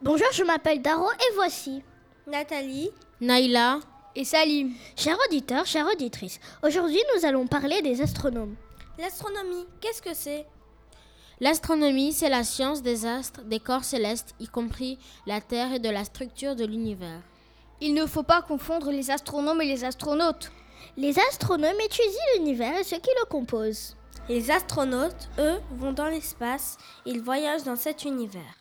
Bonjour, je m'appelle Daro et voici. Nathalie. Naïla, et Salim. Chers auditeurs, chères auditrices, aujourd'hui nous allons parler des astronomes. L'astronomie, qu'est-ce que c'est l'astronomie, c'est la science des astres, des corps célestes, y compris la Terre et de la structure de l'univers. Il ne faut pas confondre les astronomes et les astronautes. Les astronomes étudient l'univers et ce qui le compose. Les astronautes, eux, vont dans l'espace. Ils voyagent dans cet univers.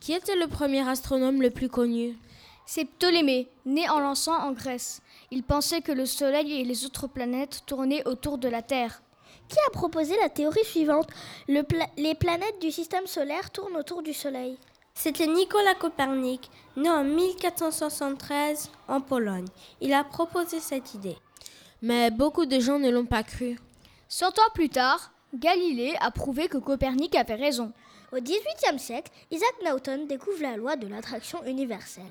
Qui était le premier astronome le plus connu C'est Ptolémée, né en l'an 100 en Grèce. Il pensait que le Soleil et les autres planètes tournaient autour de la Terre. Qui a proposé la théorie suivante Le pla- Les planètes du système solaire tournent autour du Soleil. C'était Nicolas Copernic, né en 1473 en Pologne. Il a proposé cette idée. Mais beaucoup de gens ne l'ont pas cru. Cent ans plus tard, Galilée a prouvé que Copernic avait raison. Au XVIIIe siècle, Isaac Newton découvre la loi de l'attraction universelle,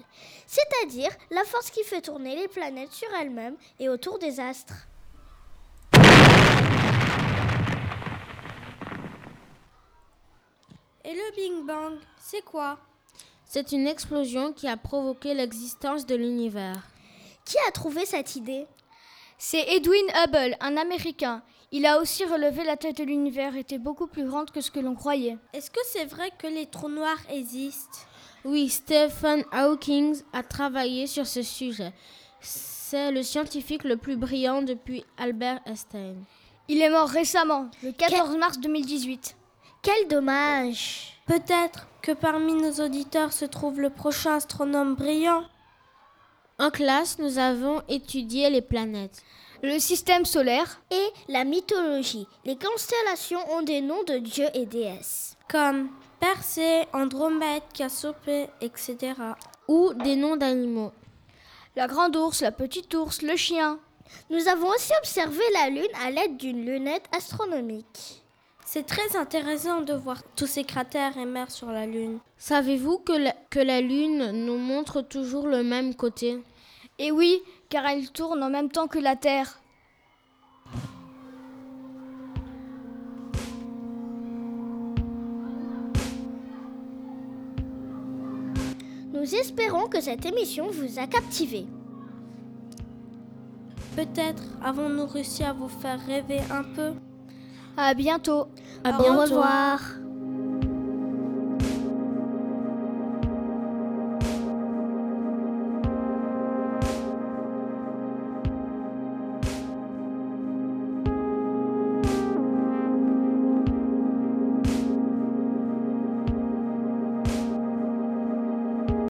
c'est-à-dire la force qui fait tourner les planètes sur elles-mêmes et autour des astres. Et le Big Bang, c'est quoi C'est une explosion qui a provoqué l'existence de l'univers. Qui a trouvé cette idée C'est Edwin Hubble, un Américain. Il a aussi relevé la tête de l'univers était beaucoup plus grande que ce que l'on croyait. Est-ce que c'est vrai que les trous noirs existent Oui, Stephen Hawking a travaillé sur ce sujet. C'est le scientifique le plus brillant depuis Albert Einstein. Il est mort récemment, le 14 mars 2018. Quel dommage Peut-être que parmi nos auditeurs se trouve le prochain astronome brillant. En classe, nous avons étudié les planètes. Le système solaire, Et la mythologie. Les constellations ont des noms de dieux et déesses. comme Persée, Andromède, Cassiopée, etc. ou des noms d'animaux. la grande ours, la petite ours, le chien. Nous avons aussi observé la Lune à l'aide d'une lunette astronomique. C'est très intéressant de voir tous ces cratères et mers sur la Lune. Savez-vous que la, que la Lune nous montre toujours le même côté Et oui, car elle tourne en même temps que la Terre. Nous espérons que cette émission vous a captivé. Peut-être avons-nous réussi à vous faire rêver un peu À bientôt. À Au revoir.